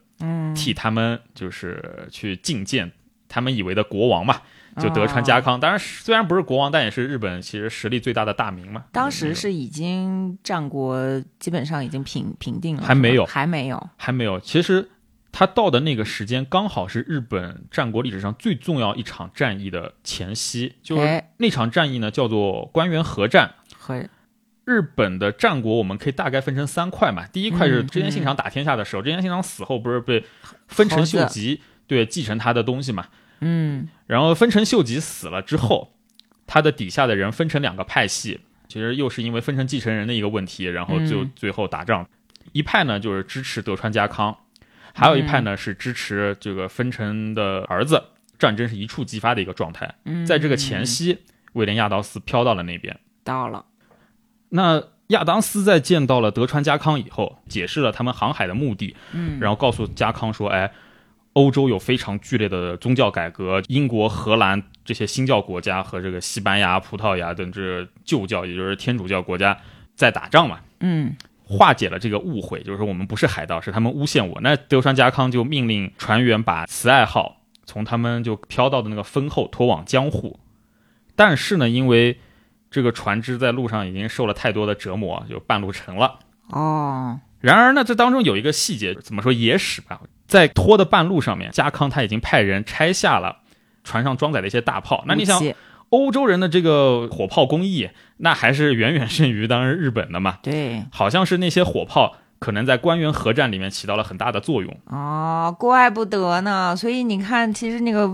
B: 嗯，
A: 替他们就是去觐见他们以为的国王嘛，就德川
B: 哦
A: 家康。当然，虽然不是国王，但也是日本其实实力最大的大名嘛。
B: 当时是已经战国基本上已经平平定了，
A: 还没有
B: 是吧还没有，
A: 还没有，其实他到的那个时间刚好是日本战国历史上最重要一场战役的前夕，就是
B: 哎
A: 那场战役呢叫做官员合战。
B: 和
A: 日本的战国我们可以大概分成三块嘛，第一块是
B: 嗯
A: 织田信长打天下的时候，织田信长死后不是被丰臣
B: 猴子
A: 秀吉对继承他的东西嘛，
B: 嗯
A: 然后丰臣秀吉死了之后，他的底下的人分成两个派系，其实又是因为分成继承人的一个问题，然后就
B: 嗯
A: 最后打仗。一派呢就是支持德川家康，还有一派
B: 嗯
A: 呢是支持这个丰臣的儿子。战争是一触即发的一个状态，
B: 嗯，
A: 在这个前夕，威廉亚当斯飘到了那边。
B: 到了，
A: 那亚当斯在见到了德川家康以后，解释了他们航海的目的，
B: 嗯，
A: 然后告诉家康说：“哎，欧洲有非常剧烈的宗教改革，英国、荷兰这些新教国家和这个西班牙、葡萄牙等这旧教，也就是天主教国家在打仗嘛。”
B: 嗯
A: 化解了这个误会，就是说我们不是海盗，是他们诬陷我。那德川家康就命令船员把慈爱号从他们就飘到的那个风后拖往江户，但是呢，因为这个船只在路上已经受了太多的折磨，就半路沉了。
B: 哦，
A: 然而呢，这当中有一个细节，怎么说野史吧，在拖的半路上面，家康他已经派人拆下了船上装载的一些大炮。那你想
B: 武，器
A: 欧洲人的这个火炮工艺，那还是远远胜于当时日本的嘛。
B: 对
A: 好像是那些火炮可能在官员合战里面起到了很大的作用。
B: 哦，怪不得呢。所以你看，其实那个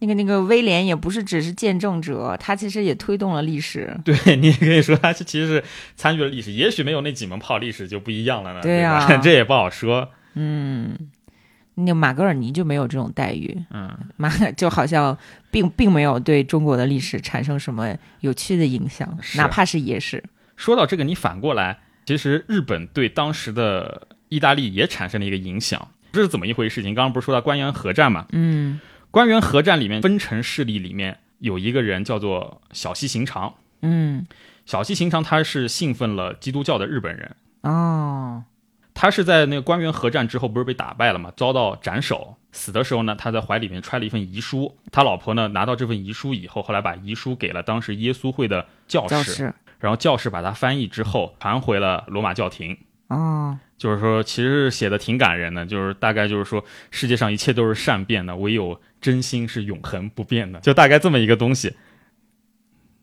B: 那个那个威廉也不是只是见证者，他其实也推动了历史。
A: 对你也可以说他是其实是参与了历史，也许没有那几门炮，历史就不一样了呢。
B: 对
A: 对
B: 呀
A: 吧 这也不好说。
B: 嗯，那个马格尔尼就没有这种待遇，
A: 嗯，
B: 马就好像并并没有对中国的历史产生什么有趣的影响，
A: 是
B: 哪怕是野史。
A: 说到这个，你反过来，其实日本对当时的意大利也产生了一个影响。这是怎么一回事情？刚刚不是说到官员合战嘛？
B: 嗯。
A: 官员合战里面，分城势力里面有一个人叫做小西行长。
B: 嗯
A: 小西行长他是信奉了基督教的日本人，
B: 哦，
A: 他是在那个官员合战之后不是被打败了嘛，遭到斩首。死的时候呢，他在怀里面揣了一份遗书，他老婆呢拿到这份遗书以后，后来把遗书给了当时耶稣会的教
B: 教
A: 士，
B: 室，
A: 然后教士把它翻译之后传回了罗马教廷。
B: 哦，
A: 就是说，其实是写的挺感人的，就是大概就是说，世界上一切都是善变的，唯有真心是永恒不变的，就大概这么一个东西。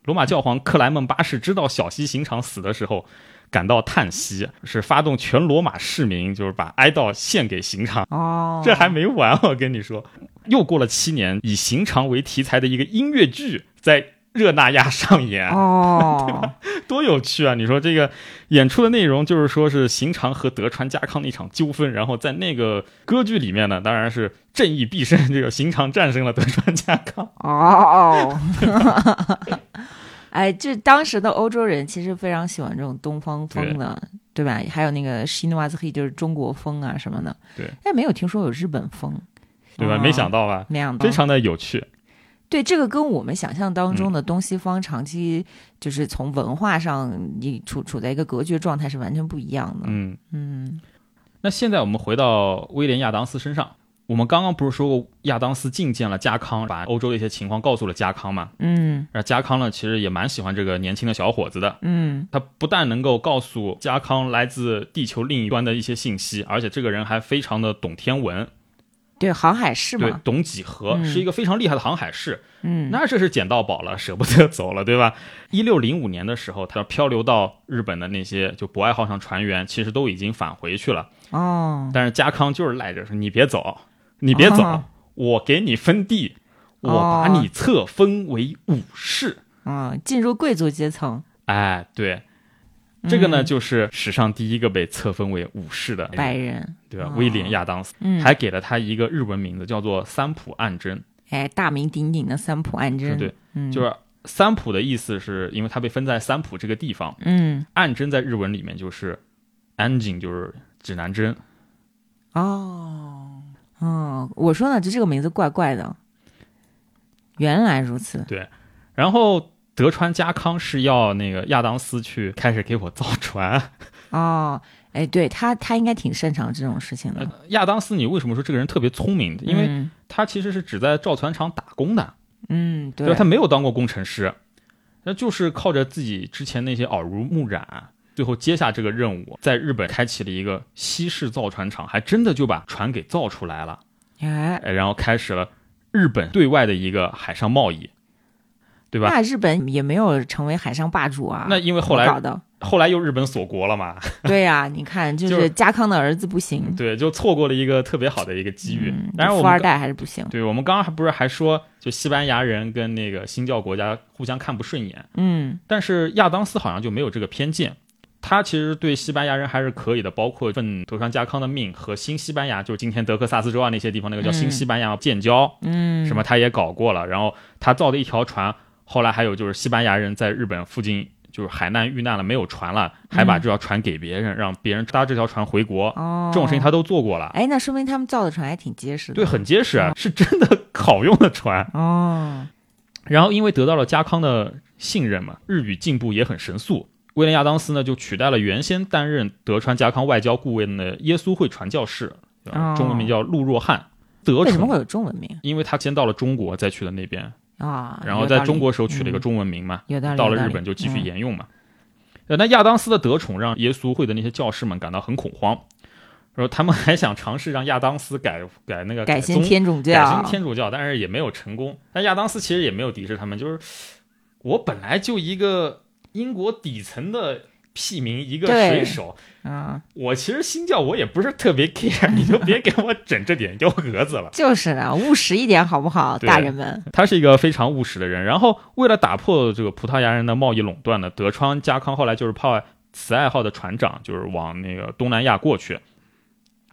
A: 罗马教皇克莱孟八世知道小西行长死的时候，感到叹息，是发动全罗马市民，就是把哀悼献给刑场。
B: 哦，
A: 这还没完，我跟你说，又过了七年，以刑场为题材的一个音乐剧在热那亚上演。
B: 哦，
A: 多有趣啊！你说这个演出的内容就是说是刑场和德川家康的一场纠纷，然后在那个歌剧里面呢，当然是正义必胜，这个刑场战胜了德川家 康。
B: 哦， 哎，就当时的欧洲人其实非常喜欢这种东方风的，对吧？还有那个西诺瓦兹黑就是中国风啊什么的，
A: 对，
B: 但没有听说有日本风，
A: 对吧？
B: 哦
A: 没想到吧？
B: 那样的
A: 非常的有趣，
B: 对，这个跟我们想象
A: 嗯
B: 当中的东西方长期就是从文化上你处处在一个隔绝状态是完全不一样的。
A: 嗯。
B: 嗯
A: 那现在我们回到威廉亚当斯身上，我们刚刚不是说过亚当斯觐见了家康，把欧洲的一些情况告诉了家康嘛？
B: 嗯
A: 而家康呢，其实也蛮喜欢这个年轻的小伙子的，
B: 嗯，
A: 他不但能够告诉家康来自地球另一端的一些信息，而且这个人还非常的懂天文，
B: 对，航海士
A: 对
B: 嘛，，
A: 懂几何、
B: 嗯
A: 是一个非常厉害的航海士，
B: 嗯，
A: 那这是捡到宝了，舍不得走了，对吧？一六零五年的时候，他漂流到日本的那些就博爱号上船员，其实都已经返回去了，
B: 哦，
A: 但是家康就是赖着说你别走，你别走，
B: 啊
A: 我给你分地，我把
B: 哦
A: 你册封为武士。
B: 嗯，进入贵族阶层，
A: 哎，对，这个呢，
B: 嗯
A: 就是史上第一个被册封为武士的
B: 白人，
A: 对吧？
B: 哦
A: 威廉亚当斯，
B: 嗯，
A: 还给了他一个日文名字，叫做三浦岸真，
B: 哎，大名鼎鼎的三浦岸真，
A: 对，
B: 嗯，
A: 就是三浦的意思是因为他被分在三浦这个地方，
B: 嗯，
A: 岸真在日文里面就是安井，就是指南针。
B: 哦，哦，我说呢，就这个名字怪怪的，原来如此，
A: 然后德川家康是要那个亚当斯去开始给我造船。
B: 哦，哎，对他，他应该挺擅长这种事情的，
A: 亚当斯，你为什么说这个人特别聪明？呃因为
B: 嗯
A: 他其实是只在造船厂打工的，
B: 嗯，
A: 对吧？他没有当过工程师，那就是靠着自己之前那些耳濡目染，最后接下这个任务，在日本开启了一个西式造船厂，还真的就把船给造出来了，
B: 哎，
A: 哎然后开始了日本对外的一个海上贸易，对吧？
B: 那日本也没有成为海上霸主啊，
A: 那因为后来
B: 怎么搞的，
A: 后来又日本锁国了嘛，
B: 对呀、你看，就
A: 就是嗯
B: 是家康的儿子不行，
A: 对，就错过了一个特别好的一个机遇
B: 嗯。
A: 当然我
B: 富二
A: 们刚。
B: 代还是不行，
A: 对，我们刚刚还不是还说，就西班牙人跟那个新教国家互相看不顺眼，
B: 嗯
A: 但是亚当斯好像就没有这个偏见，他其实对西班牙人还是可以的，包括奉德川家康的命和新西班牙，就是今天德克萨斯州啊那些地方那个叫新西班牙建交，
B: 嗯，
A: 什么他也搞过了。然后他造的一条船，后来还有就是西班牙人在日本附近就是海难遇难了，没有船了，还把这条船给别人，让别人搭这条船回国，
B: 嗯哦，
A: 这种事情他都做过了，
B: 哎，那嗯说明他们造的船还挺结实的，
A: 对，很结实啊，是真的好用的船。
B: 哦，
A: 然后因为得到了家康的信任嘛，日语进步也很神速。威廉亚当斯呢就取代了原先担任德川家康外交顾问的耶稣会传教士，对吧
B: 哦
A: 中文名叫陆若汉。德
B: 为什么会
A: 川，
B: 有中文名
A: 因为他先到了中国，再去的那边，
B: 啊？
A: 然后
B: 有道
A: 在
B: 理
A: 中国时候取了一个中文名嘛，
B: 有道理，
A: 到
B: 有
A: 了
B: 道
A: 日
B: 理
A: 本就继续
B: 嗯
A: 沿用嘛。呃，那亚当斯的得宠让耶稣会的那些教士们感到很恐慌，然后他们还想尝试让亚当斯改改那个
B: 改
A: 宗
B: 信天主
A: 改
B: 教
A: 信，天主教，但是也没有成功。但亚当斯其实也没有敌视他们，就是我本来就一个英国底层的屁民，一个
B: 对
A: 水手，
B: 嗯，
A: 我其实新教我也不是特别 care，你就别给我整这点幺蛾子了。
B: 就是的，务实一点好不好，
A: 对
B: 大人们？
A: 他是一个非常务实的人。然后为了打破这个葡萄牙人的贸易垄断呢，德川家康后来就是派慈爱号的船长，就是往那个东南亚过去，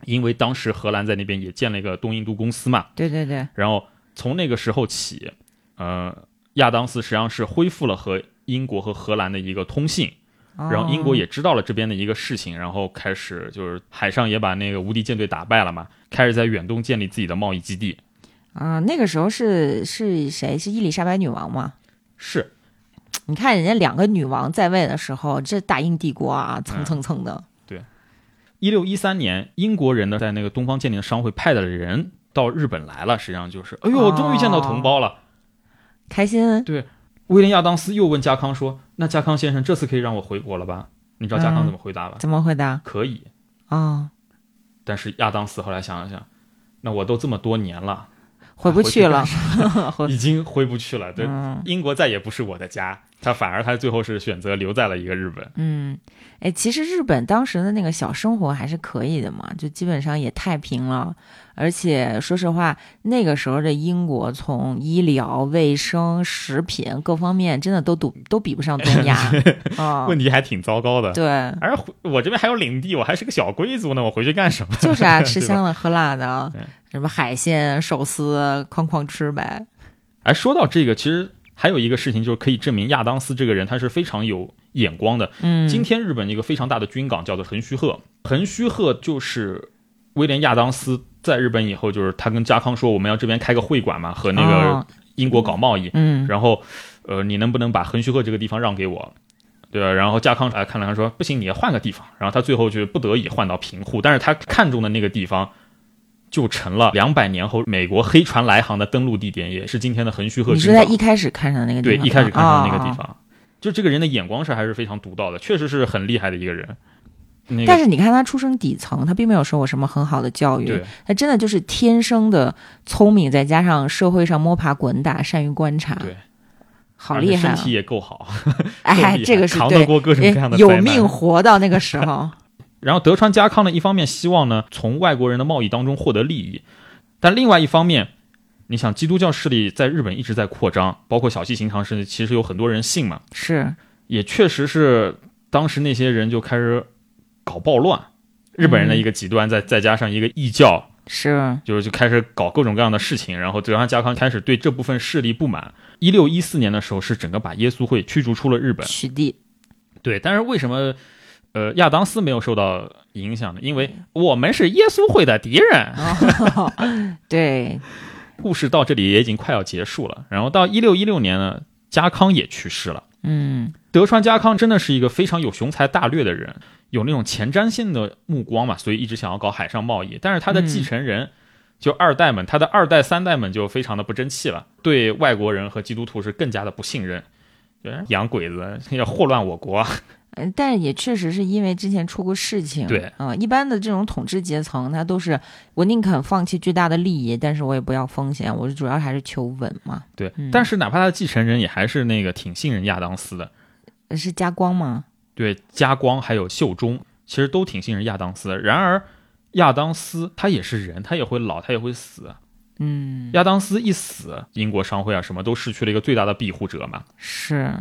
A: 因为当时荷兰在那边也建了一个东印度公司嘛。
B: 对对对，
A: 然后从那个时候起，呃，亚当斯实际上是恢复了和英国和荷兰的一个通信，然后英国
B: 哦
A: 也知道了这边的一个事情，然后开始就是海上也把那个无敌舰队打败了嘛，开始在远东建立自己的贸易基地。
B: 嗯啊，那个时候是是谁？是伊丽莎白女王吗？
A: 是，
B: 你看人家两个女王在位的时候，这大英帝国啊，蹭
A: 嗯
B: 蹭蹭的，
A: 一六一三年，英国人呢在那个东方建立的商会派的人到日本来了，实际上就是，哎呦，
B: 啊
A: 我终于见到同胞了。
B: 开心。
A: 威廉亚当斯又问家康说：“那家康先生，这次可以让我回国了吧？”你知道家康怎么回答吧？
B: 怎么回答
A: 可以。
B: 啊、
A: 但是亚当斯后来想了想，那我都这么多年了，
B: 回不去了，回
A: 已经回不去了。对，
B: 嗯
A: 英国再也不是我的家，他反而他最后是选择留在了一个日本。
B: 嗯，哎，其实日本当时的那个小生活还是可以的嘛，就基本上也太平了，而且说实话，那个时候的英国从医疗、卫生、食品各方面，真的都都都比不上 东亚啊。
A: 问题还挺糟糕的。
B: 对，
A: 而回我这边还有领地，我还是个小贵族呢，我回去干什么？
B: 就 是啊，吃
A: 对吧嗯
B: 香的喝辣的
A: 对，
B: 什么海鲜、寿司，哐哐吃呗。
A: 哎，说到这个，其实还有一个事情，就是可以证明亚当斯这个人他是非常有眼光的。
B: 嗯，
A: 今天日本一个非常大的军港叫做横须贺，横须贺就是威廉亚当斯在日本以后，就是他跟家康说，我们要这边开个会馆嘛，和那个
B: 哦
A: 英国搞贸易，
B: 嗯
A: 然后呃，你能不能把横须贺这个地方让给我？对吧？然后家康啊、看了看说，不行，你也换个地方。然后他最后就不得已换到平户，但是他看中的那个地方。就成了两百年后美国黑船来航的登陆地点，也是今天的横须贺
B: 你
A: 军
B: 是
A: 港
B: 在。一开始看上的那个
A: 对，
B: 地方吗，
A: 一开始看上的那个
B: 哦
A: 地。方，就这个人的眼光是还是非常独到的，确实是很厉害的一个人。那
B: 但
A: 个
B: 是你看他出身底层，他并没有受过什么很好的教育
A: 对，，
B: 他真的就是天生的聪明，再加上社会上摸爬滚打，善于观察，
A: 对
B: 好
A: 而且
B: 厉害、
A: 身
B: 啊！
A: 体也够好， 够
B: 哎，
A: 厉
B: 这
A: 害
B: 个是
A: 扛得
B: 对，
A: 过各种各样
B: 哎
A: 的
B: 有
A: 灾难
B: 命活到那个时 候。
A: 然后德川家康呢，一方面希望呢从外国人的贸易当中获得利益，但另外一方面，你想基督教势力在日本一直在扩张，包括小西行长甚至其实有很多人信嘛，
B: 是，
A: 也确实是当时那些人就开始搞暴乱，日本人的一个极端，再再加上一个异教，
B: 是，
A: 就是就开始搞各种各样的事情，然后德川家康开始对这部分势力不满。一六一四年的时候，是整个把耶稣会驱逐出了日本。
B: 取缔
A: 对，但是为什么呃亚当斯没有受到影响呢？因为我们是耶稣会的敌人。
B: 哦， 对，
A: 故事到这里也已经快要结束了。然后到一六一六年呢，家康也去世了。
B: 嗯，
A: 德川家康真的是一个非常有雄才大略的人，有那种前瞻性的目光嘛，所以一直想要搞海上贸易。但是他的继承人，就二代们，他的二代、三代们就非常的不争气了，对外国人和基督徒是更加的不信任。对洋鬼子要祸乱我国，
B: 嗯，但是也确实是因为之前出过事情，
A: 对，
B: 嗯、一般的这种统治阶层，他都是我宁肯放弃巨大的利益，但是我也不要风险，我主要还是求稳嘛，
A: 对
B: 嗯。
A: 但是哪怕他的继承人也还是那个挺信任亚当斯的，
B: 呃是加光吗？
A: 对家光还有秀忠，其实都挺信任亚当斯的。然而，亚当斯他也是人，他也会老，他也会死。
B: 嗯，
A: 亚当斯一死，英国商会啊什么都失去了一个最大的庇护者嘛。
B: 是，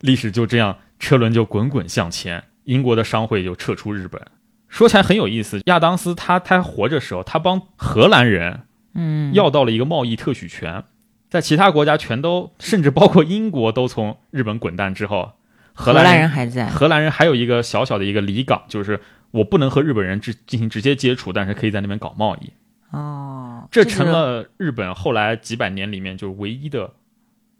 A: 历史就这样，车轮就滚滚向前，英国的商会就撤出日本。说起来很有意思，亚当斯他他活着时候，他帮荷兰人
B: 嗯，
A: 要到了一个贸易特许权，在其他国家全都，甚至包括英国都从日本滚蛋之后，荷
B: 荷
A: 兰
B: 兰
A: 人
B: 人还在，
A: 荷兰人还有一个小小的一个离港，就是我不能和日本人直进行直接接触，但是可以在那边搞贸易。
B: 哦，
A: 这
B: 就是
A: 成了日本后来几百年里面就是唯一的，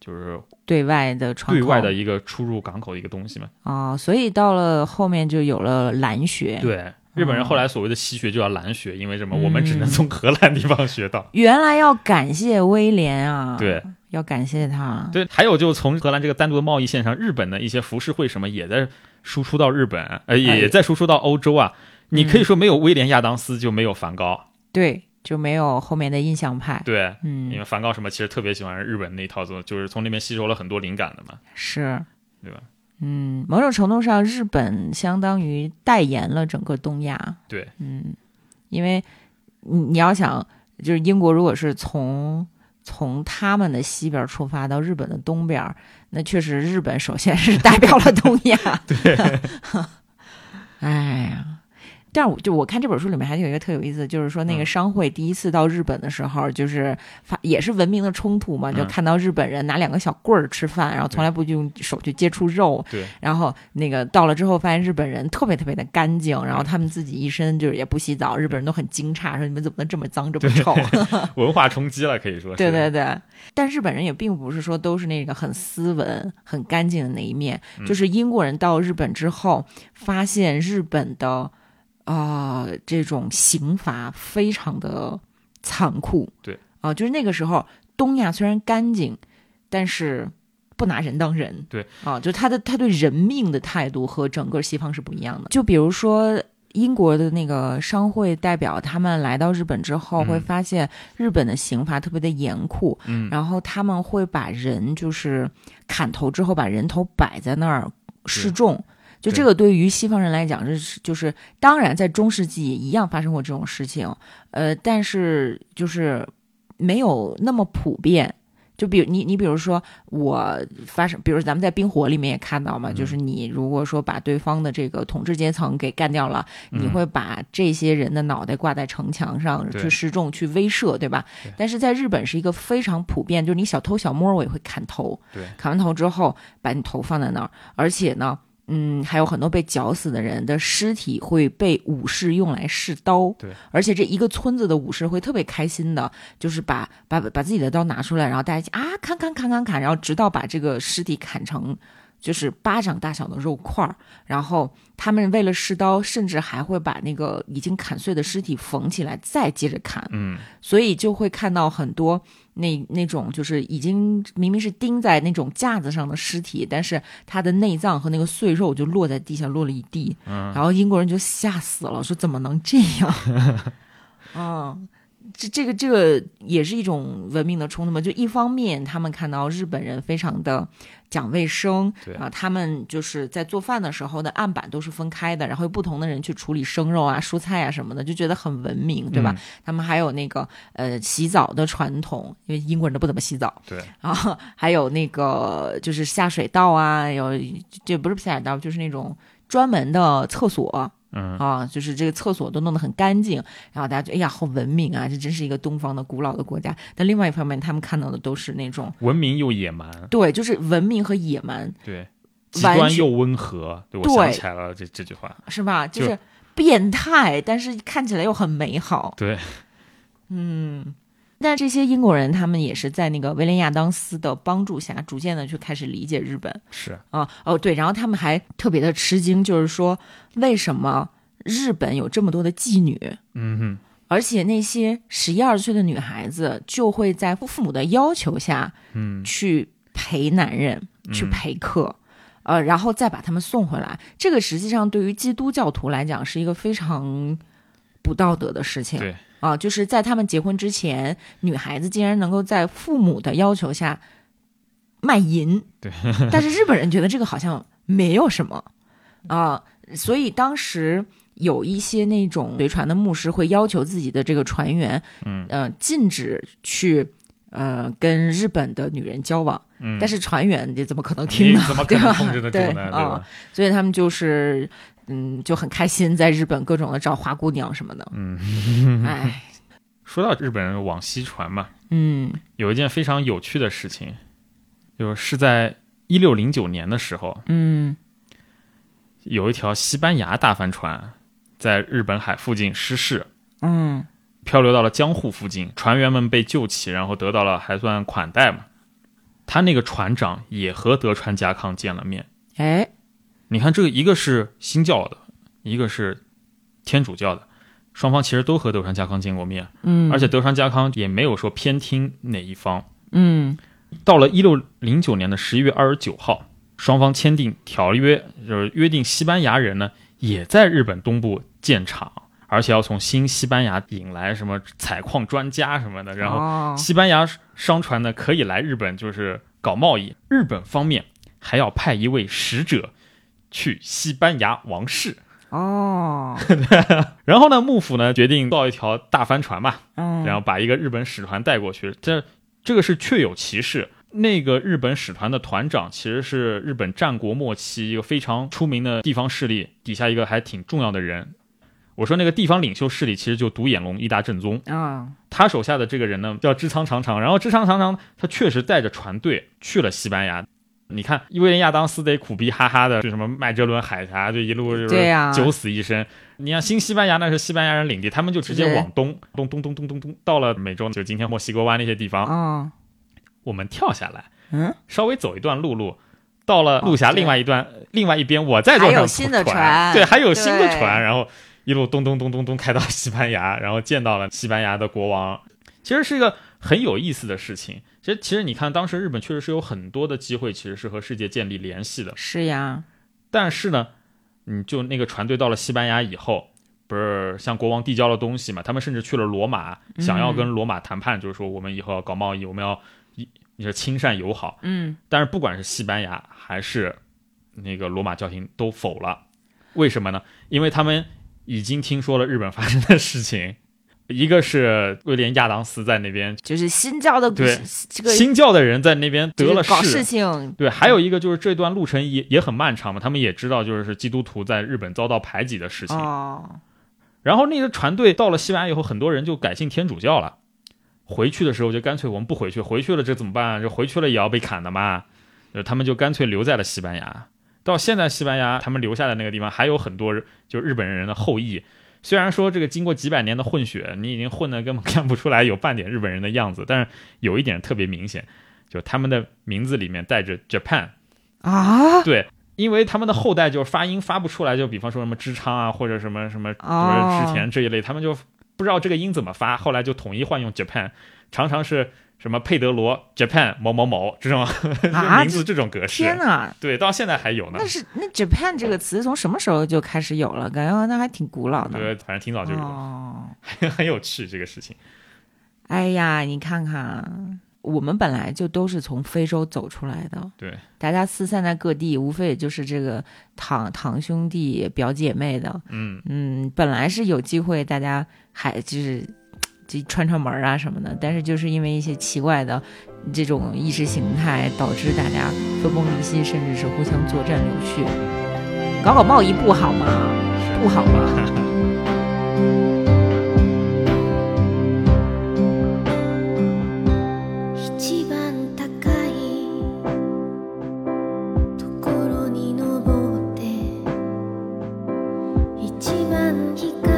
A: 就是
B: 对外的窗
A: 对
B: 口，
A: 外的一个出入港口的一个东西嘛。
B: 哦，所以到了后面就有了蓝学。，
A: 对，日本人
B: 哦
A: 后来所谓的西学就叫蓝学，因为什么？
B: 嗯
A: 我们只能从荷兰地方学到。
B: 原来要感谢威廉啊，，
A: 对
B: 要感谢他，
A: 对，还有就从荷兰这个单独的贸易线上，日本的一些浮世绘什么也在输出到日本，呃，
B: 哎嗯
A: 也也在输出到欧洲啊。你可以说没有威廉亚当斯就没有梵高，
B: 对，就没有后面的印象派。
A: 对，因
B: 嗯，
A: 为梵高什么其实特别喜欢日本那一套作，就是从那边吸收了很多灵感的嘛。
B: 是，
A: 对吧？
B: 嗯，某种程度上，日本相当于代言了整个东亚。
A: 对，
B: 嗯，因为你你要想，就是英国如果是从从他们的西边出发到日本的东边儿，那确实日 本 首先是代表了东亚。对，哎呀，但是我就我看这本书里面还有一个特有意思的，就是说那个
A: 嗯
B: 商会第一次到日本的时候，就是发也是文明的冲突嘛，就
A: 嗯
B: 看到日本人拿两个小棍儿吃饭，然后从来不用手去接触肉，
A: 对，
B: 然后那个到了之后，发现日本人特别特别的干净，然后他们自己一身就是也不洗澡，日本人都很惊诧，说你们怎么能这么脏这么臭？啊
A: 文化冲击了，可以说是。
B: 对对对，但日本人也并不是说都是那个很斯文、很干净的那一面，
A: 嗯
B: 就是英国人到日本之后，发现日本的啊、呃这种刑罚非常的残酷。
A: 对
B: 啊、就是那个时候东亚虽然干净，但是。不拿人当人，
A: 对
B: 啊、就是他的他对人命的态度和整个西方是不一样的。就比如说英国的那个商会代表，他们来到日本之后，
A: 嗯
B: 会发现日本的刑罚特别的严酷，
A: 嗯
B: 然后他们会把人就是砍头之后把人头摆在那儿示众。就这个对于西方人来讲是就是，当然在中世纪一样发生过这种事情，呃，但是就是没有那么普遍。就比如你，你比如说我发生，比如咱们在冰火里面也看
A: 嗯
B: 到嘛，就是你如果说把对方的这个统治阶层给干掉了，你
A: 嗯
B: 会把这些人的脑袋挂在城墙上
A: 对
B: 去示众、去威慑，对吧？
A: 对
B: 但是在日本是一个非常普遍，就是你小偷小摸我也会砍头，
A: 对
B: 砍完头之后把你头放在那儿，而且呢，嗯，还有很多被绞死的人的尸体会被武士用来试刀，
A: 对，
B: 而且这一个村子的武士会特别开心的，就是把把把自己的刀拿出来，然后大家一起啊砍砍砍砍砍，然后直到把这个尸体砍成。就是巴掌大小的肉块儿，然后他们为了试刀，甚至还会把那个已经砍碎的尸体缝起来，再接着砍。
A: 嗯，
B: 所以就会看到很多那那种就是已经明明是钉在那种架子上的尸体，但是它的内脏和那个碎肉就落在地下落了一地，
A: 嗯
B: 然后英国人就吓死了，说怎么能这样？ 嗯。这这个这个也是一种文明的冲突嘛，就一方面他们看到日本人非常的讲卫生
A: 对
B: 啊，他们就是在做饭的时候的案板都是分开的，然后有不同的人去处理生肉啊、蔬菜啊什么的，就觉得很文明，对吧？
A: 嗯
B: 他们还有那个呃洗澡的传统，因为英国人都不怎么洗澡，
A: 对，
B: 然后还有那个就是下水道啊，有这不是下水道，就是那种专门的厕所。
A: 嗯
B: 啊，就是这个厕所都弄得很干净，然后大家就哎呀，好文明啊！这真是一个东方的古老的国家。但另外一方面，他们看到的都是那种
A: 文明又野蛮，
B: 对，就是文明和野蛮，
A: 对，极
B: 完
A: 端
B: 全
A: 又温和。对，我
B: 对
A: 想起来了这这句话。
B: 是吧？就
A: 就是
B: 变态，但是看起来又很美好。
A: 对，
B: 嗯，但这些英国人他们也是在那个威廉亚当斯的帮助下，逐渐的去开始理解日本
A: 是，
B: 啊。哦，对，然后他们还特别的吃惊，就是说为什么日本有这么多的妓女？
A: 嗯
B: 而且那些十一二岁的女孩子就会在父母的要求下
A: 哼嗯，
B: 去陪男人，去陪客，呃，然后再把他们送回来。这个实际上对于基督教徒来讲是一个非常不道德的事情。
A: 对
B: 啊，就是在他们结婚之前，女孩子竟然能够在父母的要求下卖淫。
A: 对，
B: 但是日本人觉得这个好像没有什么啊，所以当时。有一些那种随船的牧师会要求自己的这个船员，
A: 嗯，
B: 呃，禁止去呃跟日本的女人交往。
A: 嗯
B: 但是船员你怎么可能听
A: 你
B: 呢？
A: 怎么可
B: 对
A: 能
B: 吧？
A: 控制得住
B: 对
A: 呢？对
B: 啊
A: 吧？
B: 所以他们就是嗯就很开心，在日本各种的找花姑娘什么的。嗯，哎，
A: 说到日本人往西传嘛，
B: 嗯
A: 有一件非常有趣的事情，就是在一六零九年的时候，
B: 嗯
A: 有一条西班牙大帆船在日本海附近失事，
B: 嗯
A: 漂流到了江户附近，船员们被救起，然后得到了还算款待嘛。他那个船长也和德川家康见了面。
B: 哎
A: 你看，这个一个是新教的，一个是天主教的，双方其实都和德川家康见过面，
B: 嗯，
A: 而且德川家康也没有说偏听哪一方。
B: 嗯
A: 到了一六零九年的十一月二十九号，双方签订条约，就是约定西班牙人呢也在日本东部建厂，而且要从新西班牙引来什么采矿专家什么的，然后
B: 后
A: 西班牙商船呢可以来日本就是搞贸易，日本方面还要派一位使者去西班牙王室。
B: 哦，
A: 然后呢，幕府呢决定造一条大帆船嘛，
B: 嗯，
A: 然后把一个日本使团带过去，这这个是确有其事。那个日本使团的团长其实是日本战国末期一个非常出名的地方势力底下一个还挺重要的人。我说那个地方领袖势力其实就独眼龙伊达正宗，
B: 啊，
A: 他手下的这个人呢叫织仓长长，然后织仓长长他确实带着船队去了西班牙。你看，威廉亚当斯得苦逼哈哈的，就什么麦哲伦海峡，就一路就是
B: 对呀
A: 九死一生。你像新西班牙那是西班牙人领地，他们就直接
B: 对
A: 往东，东东东东东东，到了美洲，就今天墨西哥湾那些地方。
B: 哦，
A: 我们跳下来，
B: 嗯，
A: 稍微走一段陆路，到了
B: 哦
A: 路峡
B: 对
A: 另外一段，另外一边我再坐
B: 还
A: 上
B: 有新的船
A: 船，对，还有新的
B: 对
A: 船，然后一路咚咚咚咚咚开到西班牙， 然后见到了西班牙的国王，其实是一个很有意思的事情。其实，其实你看，当时日本确实是有很多的机会，其实是和世界建立联系的。
B: 是呀，
A: 但是呢，你就那个船队到了西班牙以后，不是向国王递交了东西嘛？他们甚至去了罗马，
B: 嗯
A: 想要跟罗马谈判，就是说我们以后要搞贸易，我们要一你说亲善友好。
B: 嗯，
A: 但是不管是西班牙还是那个罗马教廷都否了，为什么呢？因为他们已经听说了日本发生的事情，一个是威廉亚当斯在那 边，
B: 就是新教的
A: 对
B: 这个
A: 新教的人在那边
B: 就是
A: 得了
B: 搞
A: 势啊
B: 事情，
A: 对，还有一个就是这段路程也也很漫长嘛，他们也知道就是基督徒在日本遭到排挤的事情。
B: 哦，
A: 然后那个船队到了西班牙以后，很多人就改信天主教了。回去的时候就干脆我们不回去，回去了这怎么办啊？这回去了也要被砍的嘛。就他们就干脆留在了西班牙。到现在西班牙他们留下的那个地方还有很多就日本人的后裔。虽然说这个经过几百年的混血，你已经混得根本看不出来有半点日本人的样子，但是有一点特别明显，就他们的名字里面带着 Japan，
B: 啊，
A: 对，因为他们的后代就是发音发不出来，就比方说什么支昌啊，或者什么什么，比如
B: 哦
A: 说织田这一类，他们就不知道这个音怎么发，后来就统一换用 Japan，常常是什么佩德罗 Japan 某某某这种、
B: 啊
A: 名字啊这种格
B: 天
A: 式。
B: 哪，
A: 对，到现在还有呢
B: 那。是那 Japan 这个词从什么时候就开始有了？感觉那还挺古老的。
A: 对，反正挺早就有了，
B: 哦，
A: 很有趣这个事情。
B: 哎呀，你看看，我们本来就都是从非洲走出来的，
A: 对，
B: 大家四散在各地，无非也就是这个堂堂兄弟表姐妹的，
A: 嗯，
B: 嗯，本来是有机会大家还就是。就串串门儿啊什么的，但是就是因为一些奇怪的这种意识形态，导致大家分崩离析，甚至是互相作战流血。搞搞贸易不好吗？不好吗？
C: 一番高いところに登って一番光